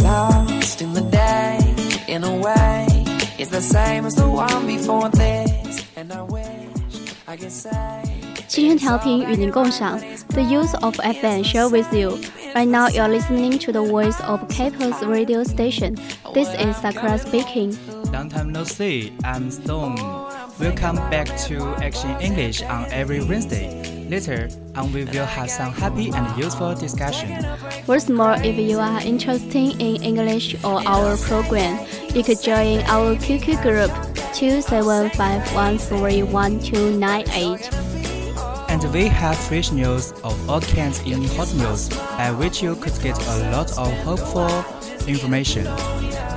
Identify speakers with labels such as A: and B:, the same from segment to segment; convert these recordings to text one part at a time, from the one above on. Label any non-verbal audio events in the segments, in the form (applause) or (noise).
A: lost in the day in a way it's the same as the one before this and i wish i could say
B: 青春调频与您共享，The Youth of FM share with you. Right now, you're listening to the voice of campus radio station. This is Sakura speaking.
C: Long time no see, I'm Storm. Welcome back to Action English on every Wednesday. Later, on we will have some happy and useful discussion.
B: What's more, if you are interested in English or our program, you could join our QQ group 2751312998.
C: And we have fresh news of all kinds in hot news, by which you could get a lot of helpful information.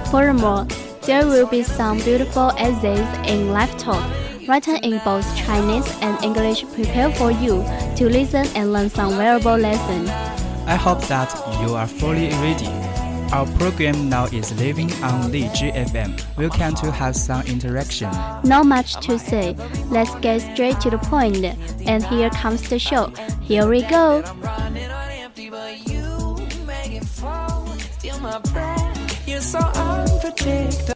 B: Furthermore, there will be some beautiful essays in Live Talk, written in both Chinese and English prepared for you to listen and learn some valuable lessons.
C: I hope that you are fully ready. Our program now is living on Liji FM. Welcome to have some interaction.
B: Not much to say. Let's get straight to the point. And here comes the show. Here we go.
A: running on empty but you make it fall steal my breath you're so unpredictable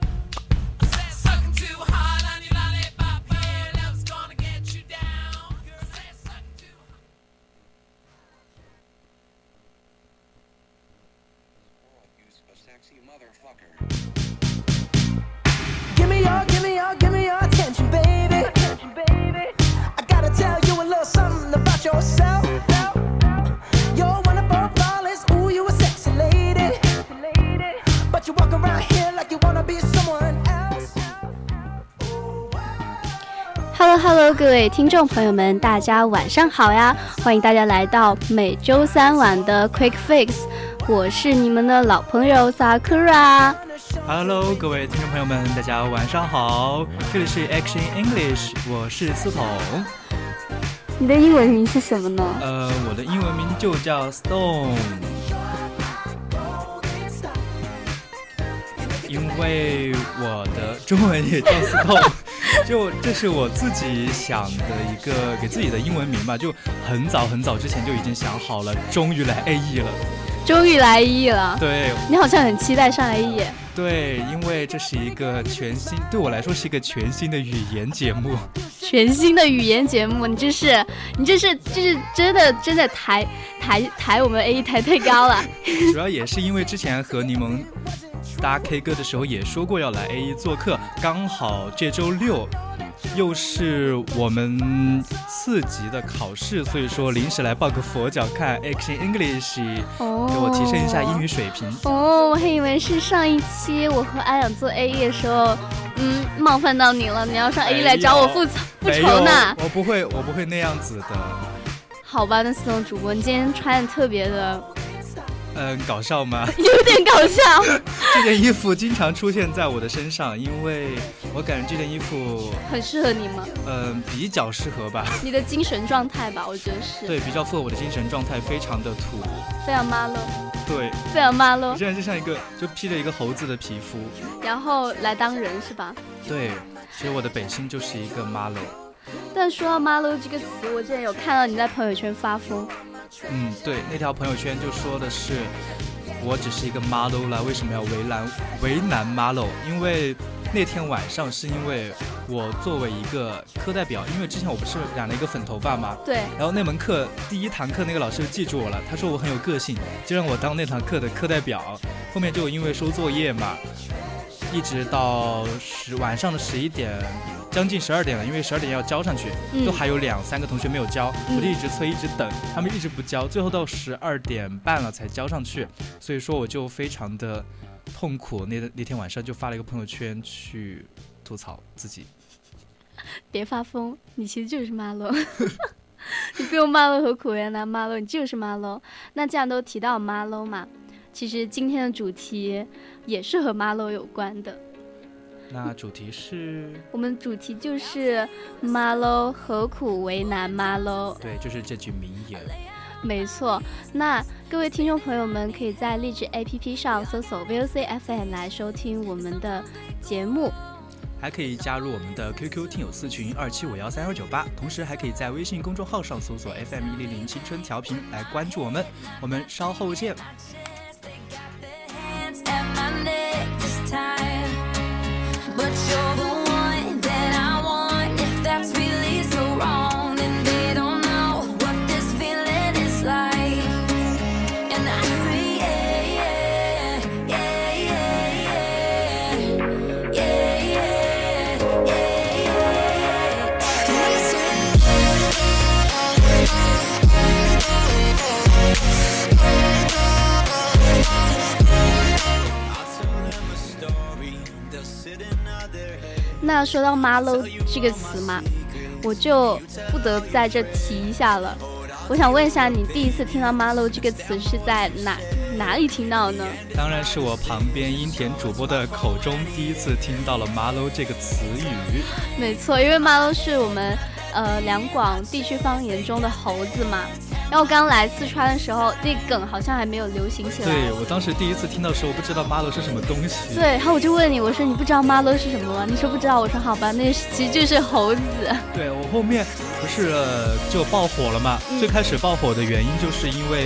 A: sucking too hard on your lollipop girl love's gonna get you down girl said sucking too hard
D: Give me your, give me your, give me your attention, baby. I gotta tell you a little something about yourself. You're one of our flawless, ooh, you a sexy lady. But you walk around here like you wanna be someone else. Ooh,
B: Hello Hello，各位听众朋友们，大家晚上好呀！欢迎大家来到每周三晚的 Quick Fix，我是你们的老朋友 Sakura。
C: Hello，各位听众朋友们，大家晚上好，这里是 Action English，我是思彤。
B: 你的英文名是什么呢？
C: 呃，我的英文名就叫 Stone，因为我的中文也叫 Stone，就这是我自己想的一个给自己的英文名吧，就很早很早之前就已经想好了，终于来 A E 了。
B: 终于来 E 了，
C: 对
B: 你好像很期待上来 E 耶。
C: 对，因为这是一个全新，对我来说是一个全新的语言节目。
B: 全新的语言节目，你这是你这是这是真的真的抬抬抬我们 A 抬太高了。
C: 主要也是因为之前和柠檬搭 K 歌的时候也说过要来 A 一做客，刚好这周六又是我们四级的考试，所以说临时来报个佛脚，看 Action English，
B: 哦
C: 给我提升一下英语。水平。
B: 哦，我还以为是上一期我和阿养做 A E 的时候，嗯，冒犯到你了，你要上 A E 来找我复仇复
C: 哎没有
B: 仇呢？
C: 我不会，我不会那样子的。
B: 好吧，那四种主播，你今天穿的特别的
C: (laughs) 嗯，搞笑吗？ (laughs)
B: 有点搞笑。
C: 这件衣服经常出现在我的身上，因为我感觉这件衣服，
B: 很适合你吗？
C: 嗯、比较适合吧。
B: 你的精神状态吧，我觉得是
C: 对，比较符合我的精神状态，非常的土。
B: 非常 malo，
C: 对，
B: 非常
C: 我
B: malo，
C: 现在就像一个就披着一个猴子的皮肤，
B: 然后来当人是吧？
C: 对，所以我的本心就是一个 malo。
B: 但说到 malo 这个词，我之前有看到你在朋友圈发疯，
C: 嗯，对，那条朋友圈就说的是，我只是一个 model 啦，为什么要为难为难 model？因为那天晚上是因为我作为一个课代表，因为之前我不是染了一个粉头发嘛，
B: 对
C: 然后那门课第一堂课那个老师就记住我了，他说我很有个性，就让我当那堂课的课代表。后面就因为收作业嘛，一直到十晚上的十一点，将近十二点了，因为十二点要交上去，
B: 嗯
C: 都还有两三个同学没有交，
B: 嗯
C: 我就一直催，一直等，他们一直不交，最后到十二点半了才交上去，所以说我就非常的痛苦。那那天晚上就发了一个朋友圈去吐槽自己。
B: 别发疯，你其实就是 Malo，你不用 Malo 和苦原来 Malo，你就是 Malo。那既然都提到 Malo 嘛，其实今天的主题也是和 Malo 有关的。
C: 那主题是，
B: 我们主题就是 Malo 何苦为难 Malo。
C: 对，就是这句名言。
B: 没错，那各位听众朋友们可以在荔枝 APP 上搜索 VOC FM 来收听我们的节目。
C: 还可以加入我们的 QQ 听友四群二七五幺三二九八，同时还可以在微信公众号上搜索 FM 一零零青春调频来关注我们。我们稍后见。
E: hands at my neck this time. But you're the one that I want. If that's really so wrong, then they don't know what this feeling is like. And I say, yeah, yeah, yeah, yeah, yeah, yeah, yeah, yeah,
F: Another
B: 那说到 “malo” 这个词嘛，我就不得不在这提一下了。我想问一下，你第一次听到 “malo” 这个词是在哪哪里听到呢？
C: 当然是我旁边音田主播的口中第一次听到了 “malo” 这个词语。
B: 没错，因为 “malo” 是我们呃两广地区方言中的猴子嘛。然后我刚来四川的时候，那梗好像还没有流行起来。
C: 对我当时第一次听到的时候，不知道 “malo” 是什么东西。
B: 对，然后我就问你，我说你不知道 “malo” 是什么吗？你说不知道，我说好吧，那其实就是猴子。 (laughs)
C: 对我后面不是呃就爆火了嘛？
B: 嗯
C: 最开始爆火的原因就是因为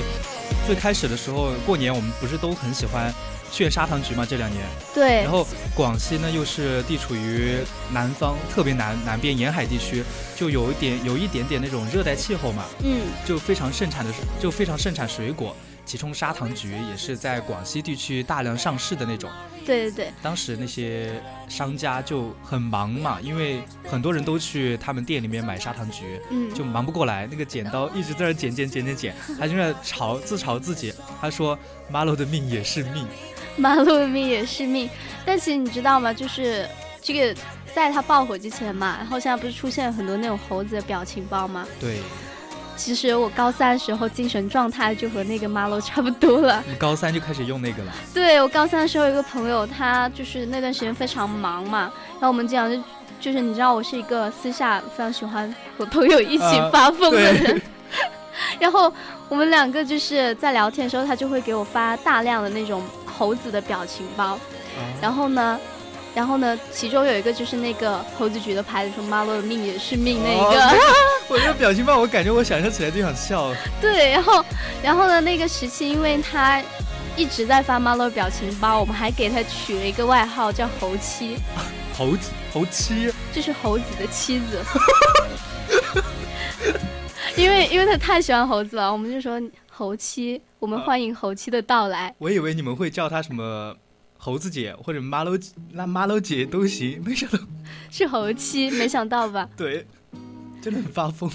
C: 最开始的时候过年我们不是都很喜欢炫砂糖橘嘛？这两年。
B: 对
C: 然后广西呢又是地处于南方，特别南南边沿海地区，就有一点有一点点那种热带气候嘛。
B: 嗯。
C: 就非常盛产的就非常盛产水果，其中砂糖橘也是在广西地区大量上市的那种。
B: 对对对，
C: 当时那些商家就很忙嘛，因为很多人都去他们店里面买砂糖橘，
B: 嗯
C: 就忙不过来，那个剪刀一直在那剪剪剪剪剪，
B: (laughs)
C: 他就在那嘲自嘲自己，他说 “Malo 的命也是命
B: (laughs) 马路的命也是命。但其实你知道吗？就是这个，在它爆火之前嘛，然后现在不是出现很多那种猴子的表情包吗？”，
C: 对。
B: 其实我高三的时候精神状态就和那个马路差不多了。 (laughs)
C: 你高三就开始用那个了，
B: 对我高三的时候，有一个朋友，他就是那段时间非常忙嘛，然后我们经常就就是你知道，我是一个私下非常喜欢和朋友一起
G: 呃
B: 发疯的
G: 对
B: 人。 (laughs) 然后我们两个就是在聊天的时候，他就会给我发大量的那种猴子的表情包，
C: 哦
B: 然后呢，然后呢，其中有一个就是那个猴子举的牌子说“妈罗的命也是命”那一个，
C: 哦 (laughs) 我这个表情包，我感觉我想象起来就想笑。
B: (laughs) 对，然后然后呢，那个时期因为他一直在发 Malo 表情包，我们还给他取了一个外号叫猴妻，
C: 猴子猴七，
B: 就是猴子的妻子。因为因为他太喜欢猴子了，我们就说猴妻，我们欢迎猴妻的到来。
C: 我以为你们会叫她什么猴子姐或者 Malo 姐那 Malo 姐都行，没想到 (laughs)
B: 是猴妻，没想到吧？
C: 对，真的很发疯。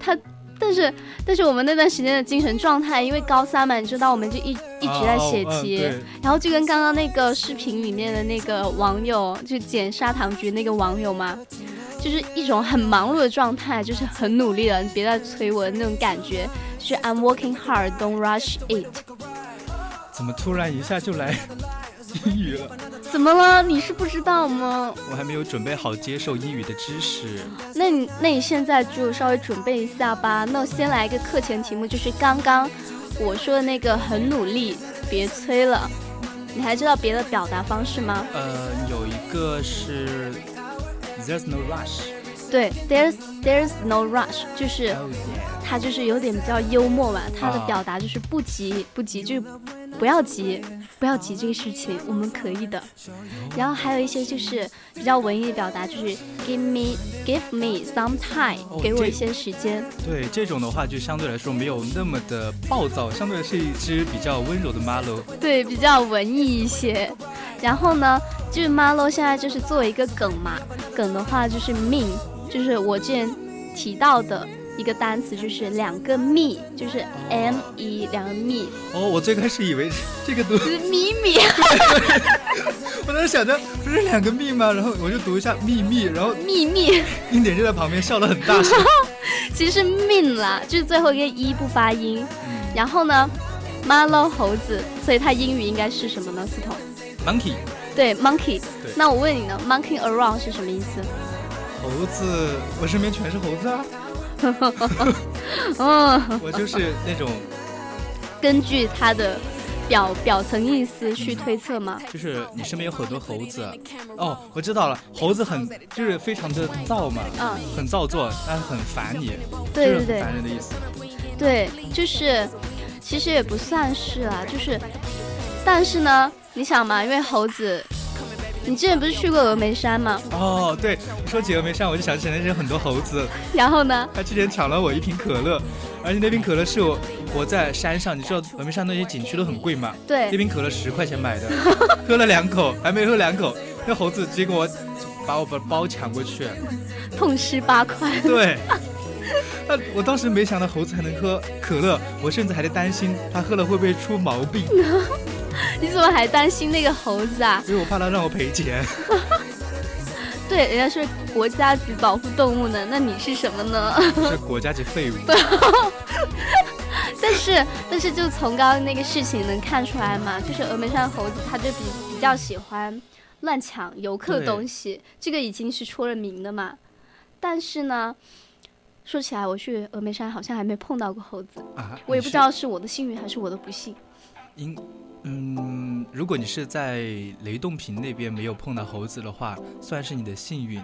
B: 他，但是但是我们那段时间的精神状态，因为高三嘛，你知道，我们就一一直在写题，
G: 哦哦嗯对
B: 然后就跟刚刚那个视频里面的那个网友，就捡砂糖橘那个网友嘛，就是一种很忙碌的状态，就是很努力了，你别再催我的那种感觉，就是 I'm working hard, don't rush it。
C: 怎么突然一下就来英语了？
B: 怎么了？你是不知道吗？
C: 我还没有准备好接受英语的知识。
B: 那你那你现在就稍微准备一下吧。那我先来一个课前题目，就是刚刚我说的那个很努力，别催了。你还知道别的表达方式吗？
C: 呃，有一个是 There's no rush。Oh,
B: 对，there's there's no rush，就是它就是有点比较幽默吧，它的
C: 啊
B: 表达就是不急不急，就是不要急，不要急这个事情，我们可以的。然后还有一些就是比较文艺的表达，就是 give me give me some time，、
C: 哦
B: 给我
C: 这
B: 一些时间。
C: 对这种的话，就相对来说没有那么的暴躁，相对来是一只比较温柔的 Marlow。
B: 对，比较文艺一些。然后呢，就是 Marlo 现在就是做一个梗嘛，梗的话就是命，就是我之前提到的一个单词，就是两个 me，就是 m e 两个 me，
C: 哦，我最开始以为是这个读，
B: 就是咪咪。 (laughs)
C: 我当时想着不是两个蜜吗？然后我就读一下秘密，然后
B: 秘密。
C: 英典就在旁边笑了很大声。
B: 其实命啦，就是最后一个一不发音。然后呢，Marlo 猴子，所以它英语应该是什么呢？思彤，
C: Monkey
B: 对，monkey
C: 对。
B: 那我问你呢，monkey around 是什么意思？
C: 猴子，我身边全是猴子啊！
B: 嗯，
C: 我就是那种
B: 根据它的表表层意思去推测嘛。
C: 就是你身边有很多猴子，哦，我知道了，猴子很就是非常的躁嘛，
B: 嗯
C: 很造作，但很烦你，
B: 对
C: 就
B: 对
C: 是
B: 对
C: 很烦人的意思。
B: 对，就是其实也不算是啦、就是，但是呢，你想嘛，因为猴子，你之前不是去过峨眉山嘛？
C: 哦，对，你说企鹅没上，我就想起那些很多猴子，
B: 然后呢，
C: 他之前抢了我一瓶可乐，而且那瓶可乐是我我在山上，你知道峨眉山那些景区都很贵嘛，
B: 对
C: 那瓶可乐十块钱买的， (laughs) 喝了两口，还没喝两口，那猴子直接给我把我把包抢过去，
B: 痛失八块。
C: 对。 (laughs) 那我当时没想到猴子还能喝可乐，我甚至还在担心它喝了会不会出毛
B: (laughs)
C: 病，
B: 你怎么还担心那个猴子啊？
C: 因为我怕它让我
B: (laughs)
C: 赔钱。
B: 对，人家是国家级保护动物呢，那你是什么呢？
C: 这国家级废物。
B: 但是但是就从刚刚那个事情能看出来嘛，就是峨眉山猴子，它就比比较喜欢乱抢游客的
F: 对
B: 东西，这个已经是出了名的嘛。但是呢，说起来，我去峨眉山好像还没碰到过猴子，
C: 啊
B: 我也不
C: 你是
B: 知道是我的幸运还是我的不幸。
C: 应，嗯，如果你是在雷洞坪那边没有碰到猴子的话，算是你的幸运。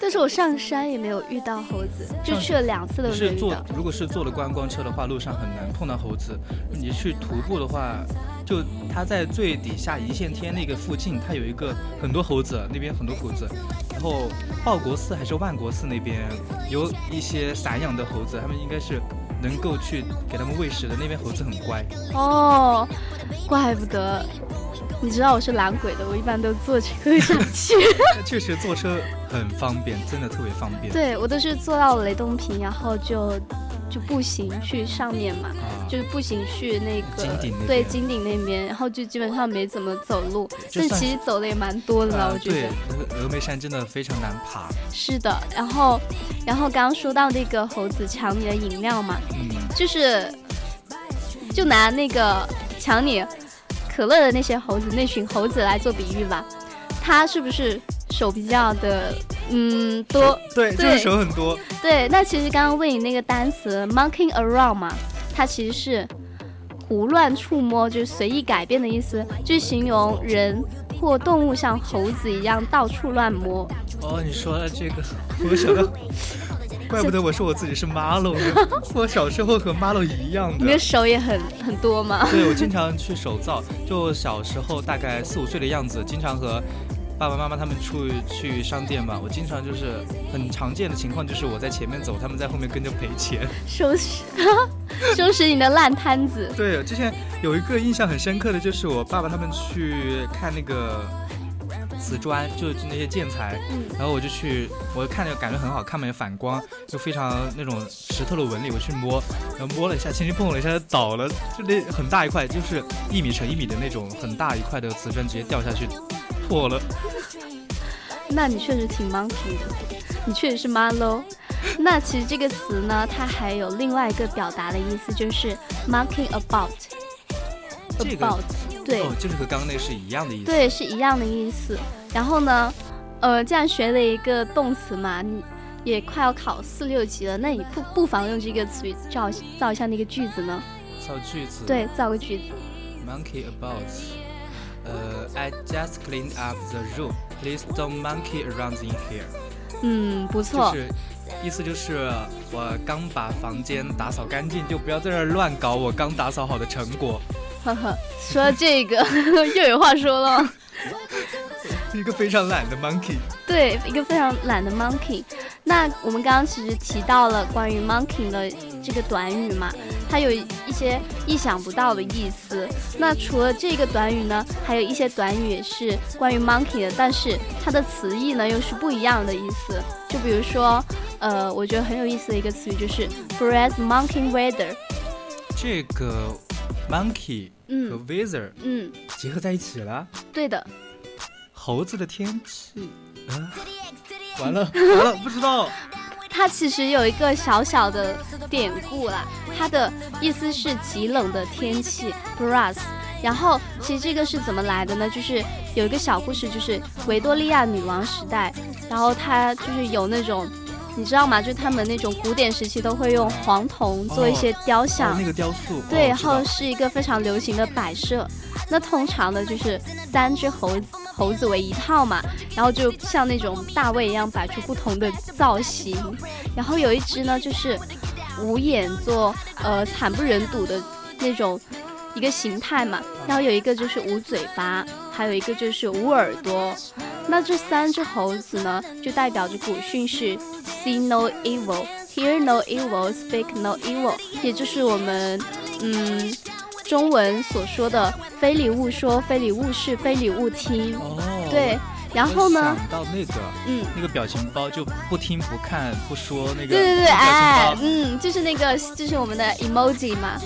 B: 但是我上山也没有遇到猴子，就去了两次都没有
C: 是
B: 遇
C: 坐
B: 到。，
C: 如果是坐了观光车的话，路上很难碰到猴子。你去徒步的话，就它在最底下一线天那个附近，它有一个很多猴子，那边很多猴子。然后报国寺还是万国寺那边有一些散养的猴子，他们应该是能够去给他们喂食的。那边猴子很乖。
B: 哦，怪不得。你知道我是懒鬼的，我一般都坐车上去。
C: 确实坐车很方便，真的特别方便。啊
B: 对我都是坐到雷东坪，然后就就步行去上面嘛，就是步行去那个
C: 金顶那
B: 对
C: 边
B: 金顶那边，然后就基本上没怎么走路，
C: 就
B: 但
C: 算
B: 其实走的也蛮多的啦，啊
C: 呃
B: 我觉得
C: 对。，峨峨眉山真的非常难爬。
B: 是的，然后，然后刚刚说到那个猴子抢你的饮料嘛，
C: 嗯
B: 就是，就拿那个抢你可乐的那些猴子，那群猴子来做比喻吧，它是不是手比较的，嗯，多？
C: 对，就是手很多。
B: 对，那其实刚刚问你那个单词 “monkey around” 嘛，它其实是胡乱触摸，就是随意改变的意思，就是形容人或动物像猴子一样到处乱摸。
C: 哦，你说了这个，我想到，怪不得我说我自己是马龙呢。我小时候和马龙一样
B: 你的
C: 的。
B: 手也很很多嘛？
C: 对，我经常去手造，就小时候大概四五岁的样子，经常和爸爸妈妈他们出去商店嘛。我经常就是很常见的情况就是我在前面走，他们在后面跟着赔钱。
B: 收拾 (laughs) 收拾你的烂摊子。
C: 对，之前有一个印象很深刻的就是我爸爸他们去看那个瓷砖，就是那些建材，
B: 嗯
C: 然后我就去，我看着感觉很好看嘛，有反光，就非常那种石头的纹理，我去摸，然后摸了一下，轻轻碰了一下就倒了，就那很大一块，就是一米乘一米的那种很大一块的瓷砖直接掉下去破了。
B: 那你确实挺 monkey 的，你确实是 malo。那其实这个词呢，它还有另外一个表达的意思，就是 monkey about。
C: 这个
B: about，对、
C: 哦，就是和刚刚那个是一样的意思。
B: 对，是一样的意思。然后呢，呃，既然学了一个动词嘛，你也快要考四六级了，那你不不妨用这个词语造造一下那个句子呢？
C: 造句子。
B: 对，造个句子。
C: Monkey about. Uh, I just cleaned up the room. Please don't monkey around in here.
B: 嗯，不
C: 就
B: 错。
C: 是意思就是我刚把房间打扫干净，就不要在那儿乱搞我刚打扫好的成果。
B: 呵呵，说到这个 (laughs) 又有话说了。
C: 一个非常懒的 monkey。
B: 对，一个非常懒的 monkey。那我们刚刚其实提到了关于 monkey 的这个短语嘛，它有一些意想不到的意思。那除了这个短语呢，还有一些短语也是关于 monkey 的，但是它的词义呢又是不一样的意思。就比如说，呃，我觉得很有意思的一个词语就是 breath monkey weather。
C: 这个 monkey 和 weather
B: 嗯，
C: 结合在一起了，
B: 对的。
C: 猴子的天气啊，完了完了，不知道。
B: 它其实有一个小小的典故啦，它的意思是极冷的天气 （brass）。然后，其实这个是怎么来的呢？就是有一个小故事，就是维多利亚女王时代，然后它就是有那种，你知道吗？就是他们那种古典时期都会用黄铜做一些雕像，
C: 哦那个雕塑，哦
B: 对，
C: 我
B: 然
C: 知道
B: 后是一个非常流行的摆设。那通常呢，就是三只猴子猴子为一套嘛，然后就像那种大卫一样摆出不同的造型。然后有一只呢，就是无眼做呃惨不忍睹的那种一个形态嘛，然后有一个就是无嘴巴，还有一个就是无耳朵。那这三只猴子呢，就代表着古训是 “see no evil, hear no evil, speak no evil”，也就是我们嗯中文所说的“非礼勿说，非礼勿视，非礼勿听”
C: 哦
B: 对，然后呢
C: 我？想到那个，
B: 嗯，
C: 那个表情包就不听不看不说那个，
B: 对对对，
C: 那个表情
B: 哎
C: 包，
B: 嗯，就是那个，就是我们的 emoji 嘛。
C: 啊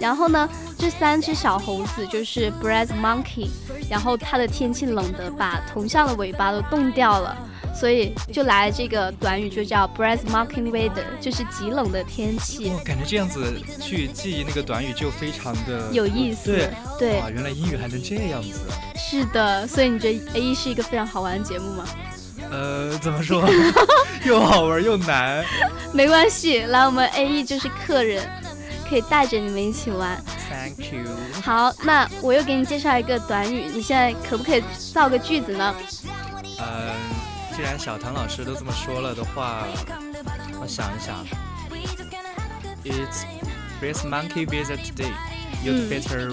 B: 然后呢，这三只小猴子就是 breath monkey，然后它的天气冷得把铜像的尾巴都冻掉了，所以就来了这个短语，就叫 breath monkey weather，就是极冷的天气。
C: 哦感觉这样子去记忆那个短语就非常的
B: 有意思
C: 对
B: 对
C: 哇，原来英语还能这样子。啊
B: 是的，所以你觉得 A E 一是一个非常好玩的节目吗？
C: 呃，怎么说， (laughs) 又好玩又难。
B: 没关系，来我们 A E 就是客人，可以带着你们一起玩。
C: Thank you。
B: 好，那我又给你介绍一个短语，你现在可不可以造个句子呢？
C: 呃，既然小唐老师都这么说了的话，我想一想，It's breast monkey visit today.
B: 嗯
C: You'd better,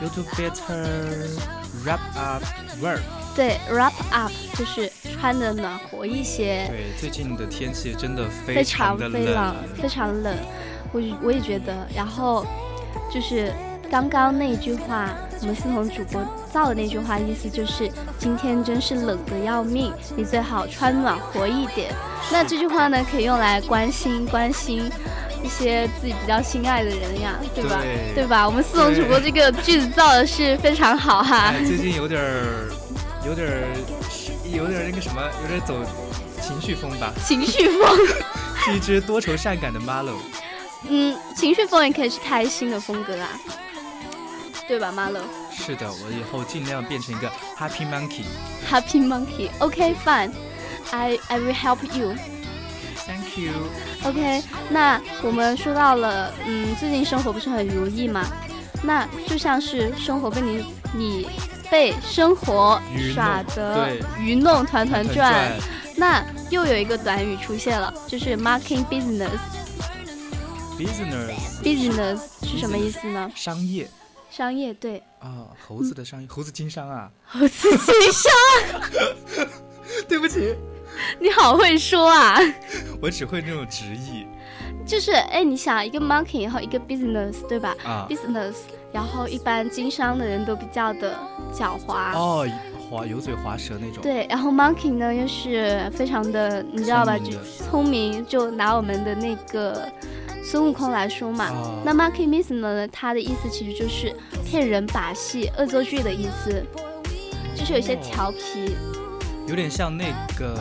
C: you'd better wrap up work.
B: 对，wrap up 就是穿的暖和一些，
C: 对，最近的天气真的
B: 非
C: 非
B: 常
C: 的
B: 非常非常冷，我也我也觉得。然后就是刚刚那句话，我们思彤主播造的那句话，意思就是今天真是冷的要命，你最好穿暖和一点。那这句话呢，可以用来关心关心。一些自己比较心爱的人呀，对吧？
C: 对
B: 吧？我们思彤主播这个句子造的是非常好哈。
C: 哎，最近有点儿，有点儿，有点儿那个什么，有点儿走情绪风吧。
B: 情绪风，
C: 是一只多愁善感的 Marlo。
B: 嗯，情绪风也可以是开心的风格啊，对吧，Marlo
C: 是的，我以后尽量变成一个 Happy Monkey。
B: ？Happy monkey. OK, fine. I I will help you.
C: Thank you.
B: OK，那我们说到了，嗯，最近生活不是很如意嘛？那就像是生活被你你被生活
F: 愚弄
B: 耍得
F: 对
B: 愚弄团团
F: 团
B: 转
F: 转。
B: 那又有一个短语出现了，就是 marketing business。
C: Business
B: business 是什么意思呢？
C: 商业
B: 商业对，
C: 啊，猴子的商业，猴子经商啊。
B: 猴子经商。
C: (laughs) 对不起，
B: 你好会说啊！
C: 我只会那种直译。
B: 就是哎，你想一个 monkey，然后一个 business，对吧、
C: 啊
B: b u s i n e s s 然后一般经商的人都比较的狡猾。
C: 哦，滑油嘴滑舌那种。
B: 对，然后 monkey 呢又是非常的，你知道吧？
C: 聪
B: 就
C: 明的
B: 聪明，就拿我们的那个孙悟空来说嘛。
C: 哦
B: 那 monkey miss 呢，它的意思其实就是骗人、把戏、恶作剧的意思，就是有一些调皮。
C: 有点像那个，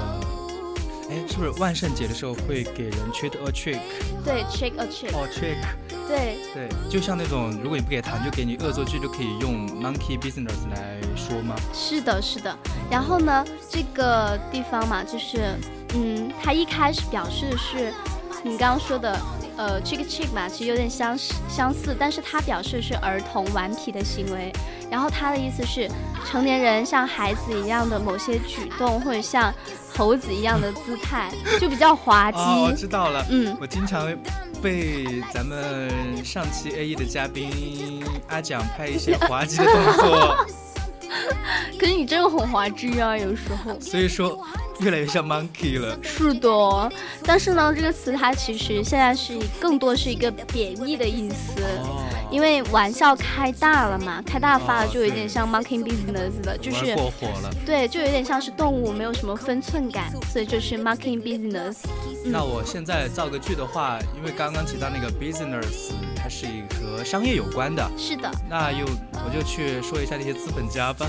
C: 哎，是不是万圣节的时候会给人呃 treat a trick？
B: 对，trick or trick。
C: 哦，trick。
B: 对，
C: 对，就像那种如果你不给糖就给你恶作剧，就可以用 monkey business 来说吗？
B: 是的，是的。然后呢，这个地方嘛，就是，嗯，它一开始表示的是你刚刚说的，呃，chick chick 嘛，其实有点相似相似，但是它表示是儿童顽皮的行为。然后它的意思是成年人像孩子一样的某些举动，或者像猴子一样的姿态，就比较滑稽。
C: 哦，我知道了，
B: 嗯，
C: 我经常被咱们上期 A E 的嘉宾阿蒋拍一些滑稽的动作，
B: 可是你真的很滑稽啊，有时候。
C: 所以说越来越像 monkey 了。
B: 是的，但是呢，这个词它其实现在是更多是一个贬义的意思，
C: 哦
B: 因为玩笑开大了嘛，开大发了就有点像 monkey business 的，就
C: 啊玩
B: 是
C: 过火了。
B: 对，就有点像是动物没有什么分寸感，
C: 嗯
B: 所以就是 monkey business。
C: 那我现在造个句的话，因为刚刚提到那个 business，它是和商业有关的。
B: 是的，
C: 那又我就去说一下那些资本家吧。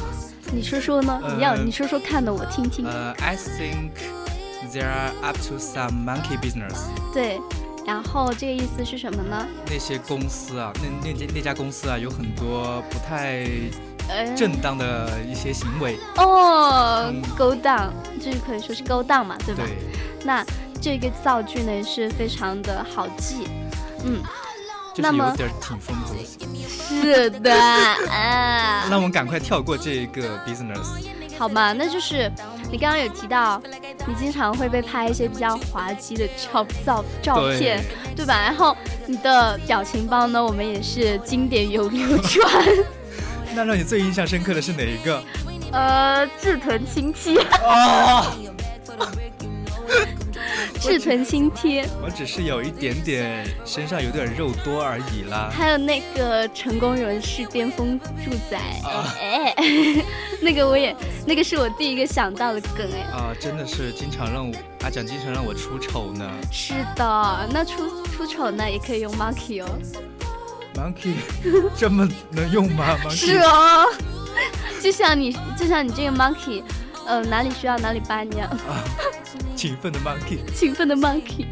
B: 你说说呢？
C: 呃
B: 你要你说说看的，我听听。
C: 呃，I think they are up to some monkey business。
B: 对，然后这个意思是什么呢？
C: 那些公司啊，那那家那家公司啊，有很多不太
B: 呃
C: 正当的一些行为。
B: 哦，勾当，这可以说是勾当嘛，对吧？
C: 嗯对，
B: 那这个造句呢也是非常的好
C: (laughs)
B: 记，嗯，
C: 就是
B: 那么
C: 有点挺疯狂的。
B: 是的，啊，
C: 那我们赶快跳过这个 business。
B: 好吧，那就是你刚刚有提到，你经常会被拍一些比较滑稽的照照照片，对吧？然后你的表情包呢，我们也是经典有流传，
C: 那让你最印象深刻的是哪一个？
B: (laughs) 呃，志臀亲贴，
C: 哦，
B: (laughs) 志臀亲贴，
C: 我只是有一点点身上有点肉多而已啦。
B: 还有那个成功人士巅峰住宅，
C: 啊
B: 哎， (laughs) 那个我也，那个是我第一个想到的梗，哎。
C: 啊，真的是经常让我啊阿蒋经常让我出丑呢。
B: 是的，那出出丑呢也可以用 monkey 哦。
C: Monkey
B: (laughs)
C: 这么能用吗？Monkey
B: 是
C: 啊
B: 哦，就像你就像你这个 monkey，呃，哪里需要哪里搬一样。
C: 勤奋的 Monkey。
B: 勤奋的 monkey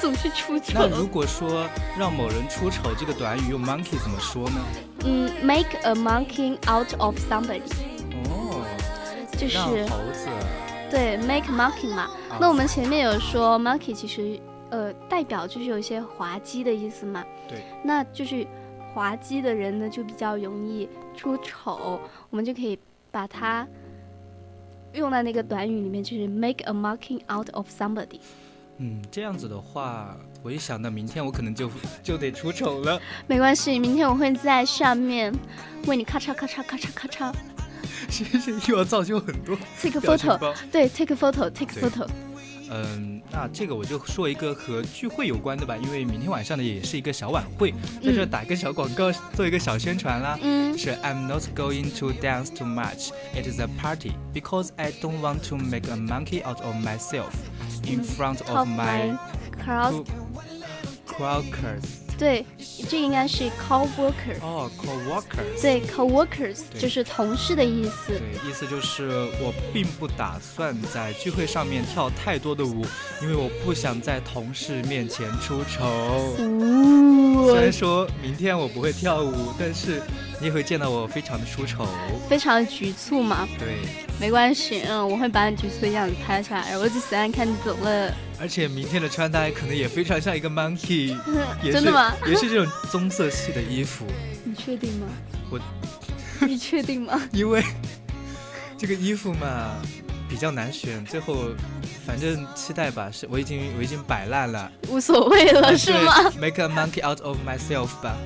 B: 总是出丑
C: 那。如果说让某人出丑这个短语用 monkey 怎么说呢？
B: 嗯，make a monkey out of somebody，
C: 哦，
B: 就是
C: 让猴子啊
B: 对，make a monkey 嘛。那我们前面有说 monkey 其实呃代表就是有一些滑稽的意思嘛。
C: 对，
B: 那就是滑稽的人呢，就比较容易出丑，我们就可以把它用在那个短语里面，就是 make a mocking out of somebody。
C: 嗯，这样子的话，我一想到明天我可能就就得出丑了。 (laughs)
B: 没关系，明天我会在上面为你咔嚓咔嚓咔嚓咔嚓
C: 其实又要造就很多
B: take a
C: 表情包
B: photo，对，take a photo，take
C: 对
B: a photo。
C: 嗯，那这个我就说一个和聚会有关的吧，因为明天晚上呢也是一个小晚会，在这打一个小广告，做一个小宣传啦。
B: 嗯
C: 是 I'm not going to dance too much. It is a party because I don't want to make a monkey out of myself in front
B: Top
C: of my
B: line crowd，
C: coworkers.
B: 对，这个应该是 co-worker，
C: 哦，coworkers。
B: 对，co-workers
C: 对
B: 就是同事的意思。
C: 对，意思就是我并不打算在聚会上面跳太多的舞，因为我不想在同事面前出丑。虽然说明天我不会跳舞，但是你也会见到我非常的出丑。
B: 非常局促嘛，
C: 对，
B: 没关系，嗯，我会把你局促的样子拍下来，我就喜欢看你怎么
C: 而且明天的穿搭可能也非常像一个
B: (laughs)
C: monkey，也是
B: 真的吗
C: (laughs) 也是这种棕色系的衣服，
B: 你确定吗？
C: 我
B: (laughs) 你确定吗？
C: 因为 (laughs) 这个衣服嘛比较难选，最后反正期待吧，是我已经我已经摆
B: (laughs)
C: 烂了。
B: 无所谓
C: 哎
B: 了啊是吗？
C: ？Make a monkey out of myself 吧。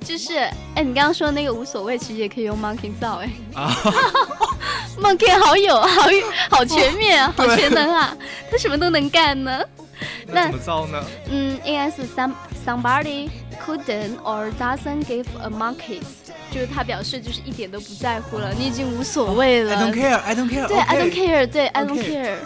B: 就是，哎，你刚刚说那个无所谓，其实也可以用 monkey 造，哎
C: 啊， (laughs)
B: ，monkey 好友，好友好全面啊，
C: 哇
B: 好全能 (laughs) 啊，他什么都能干呢。
C: 那怎么造呢？
B: 嗯，应该是 some somebody couldn't or doesn't give a monkeys，就是他表示就是一点都不在乎了，你已经无所谓了。
C: I don't care, I don't
B: (laughs)
C: care,
B: 对
C: OK
B: ，I don't care，对
C: OK
B: ，I don't care。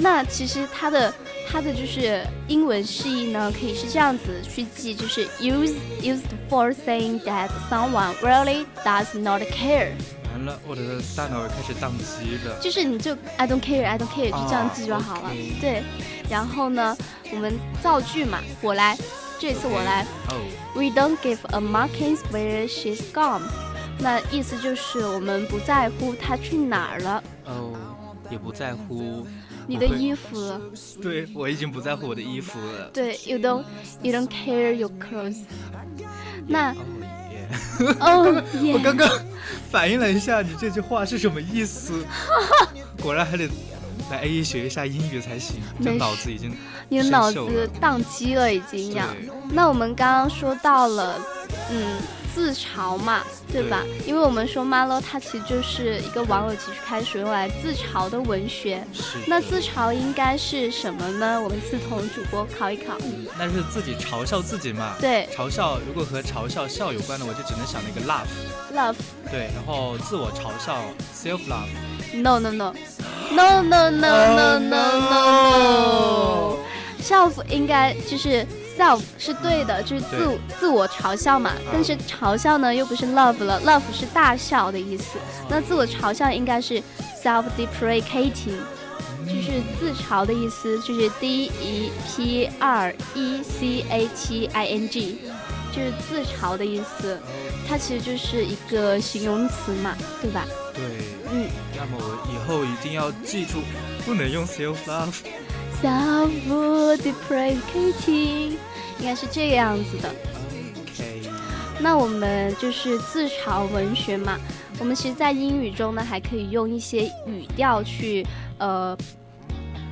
B: 那其实它的它的就是英文释义呢，可以是这样子去记，就是 used used for saying that someone really does not care，
C: 完了，我的大脑开始宕机了。
B: 就是你就 I don't care，I don't care，就这样记就好了。
C: 哦，OK
B: 对，然后呢，我们造句嘛，我来，这次我来。
C: 哦，
B: We don't give a monkey's where she's gone。那意思就是我们不在乎她去哪儿了，
C: 哦，也不在乎
B: 你的衣
C: 服。
B: 服。
C: 对，我已经不在乎我的衣服了。 (laughs)
B: 对，you don't you don't care your clothes。那
C: 哦耶耶！哦我刚刚反应了一下，你这句话是什么
B: (laughs)
C: 意思？果然还得来 A E 学一下英语才行，这
B: 没
C: 脑
B: 事
C: 子已经
B: 你的
C: 生
B: 脑
C: 锈
B: 子
C: 了
B: 宕机了，已经呀
C: 对。
B: 那我们刚刚说到了，嗯，自嘲嘛，对吧？因为我们说 Marlow 他其实就是一个网友其实开始用来自嘲的文学。
C: 是
B: 那
C: 的
B: 自嘲应该是什么呢？我们四同主播考一考。
C: 那是自己嘲笑自己嘛？
B: 对
C: 嘲笑如果和嘲笑笑有关的，我就只能想那个 laugh，
B: Love
C: 对，然后自我嘲笑 self love，
B: No no no no no no no no
C: Oh,
B: no no。self 应该就是 self 是对的，就是自
C: 对
B: 自我嘲笑嘛。但是嘲笑呢又不是 love 了，love 是大笑的意思。那自我嘲笑应该是 self deprecating，就是自嘲的意思，就是 d e p r e c a t i n g，就是自嘲的意思。它其实就是一个形容词嘛，对吧？
C: 对，
B: 嗯。
C: 那么我以后一定要记住，不能用 self love。
B: self deprecating，应该是这个样子的。
C: OK，
B: 那我们就是自嘲文学嘛，我们其实，在英语中呢，还可以用一些语调去呃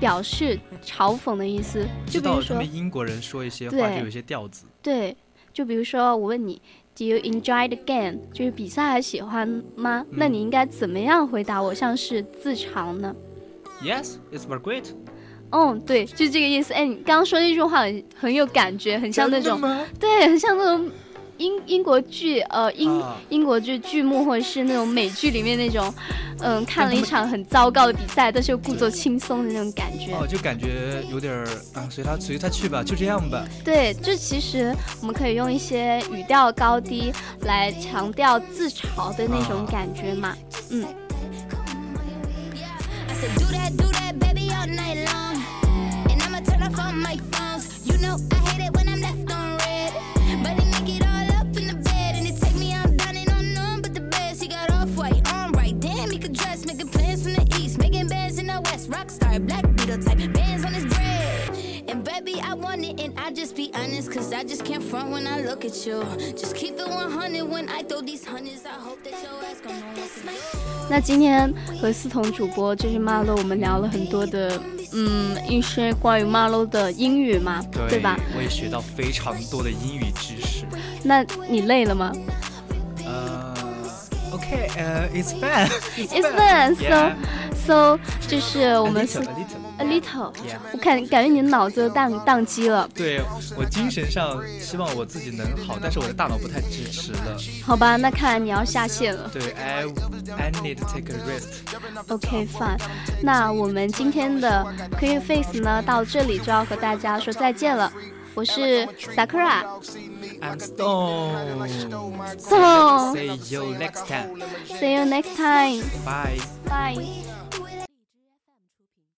B: 表示嘲讽的意思，就
C: 知
B: 比如
C: 道他
B: 说，
C: 们英国人说一些话
B: 对
C: 就有一些调子，
B: 对，就比如说我问你。Do you enjoy the game？就是比赛还喜欢吗？
C: 嗯
B: 那你应该怎么样回答我？像是自嘲呢？
C: Yes, it's Margaret。
B: 嗯，对，就这个意思。哎，你刚刚说那句话很很有感觉，很像那种
C: 真的吗，
B: 对，很像那种英英国剧，呃，英、
C: 啊
B: 英国剧剧目或者是那种美剧里面那种，嗯，看了一场很糟糕的比赛，但是又故作轻松的那种感觉。
C: 哦，就感觉有点儿啊，随他随他去吧，就这样吧。
B: 对，这其实我们可以用一些语调高低来强调自嘲的那
C: 啊
B: 种感觉嘛，嗯。
E: I said, do that, do that, baby, all night long. And I'ma turn off all my phones. You know I hate it when I'm left on red. But they make it all up in the bed. And it take me out dining on none but the best. He got off white, on right. Damn, he could dress. Making plans from the east. Making bands in the west. Rockstar, black beetle type. Bands on his bread. And baby, I want it. And I just be honest. Cause I just can't front when I look at you. Just keep it 100 when I throw these hundreds. I hope that your ass gon' know what's my
B: 那今天和思彤主播就是马洛，我们聊了很多的，嗯，一些关于马洛的英语嘛，对吧？
C: 我也学到非常多的英语知识。
B: 那你累了吗？
C: 呃，OK，呃，It's fun。
B: It's fun. So,
C: Yeah.
B: so，这是我们
C: A little, a
B: a little
C: Yeah.
B: 我感感觉你的脑子宕宕机了，
C: 对我精神上希望我自己能好，但是我的大脑不太支持了。
B: 好吧？那看来你要下线了。
C: 对，I I need to take a rest。
B: OK fine，那我们今天的 q u e e Face 呢，到这里就要和大家说再见了。我是 Sakura，
C: I'm stoned.
B: Stoned.
C: See you next time.
B: see you next time，
C: Bye.
B: bye。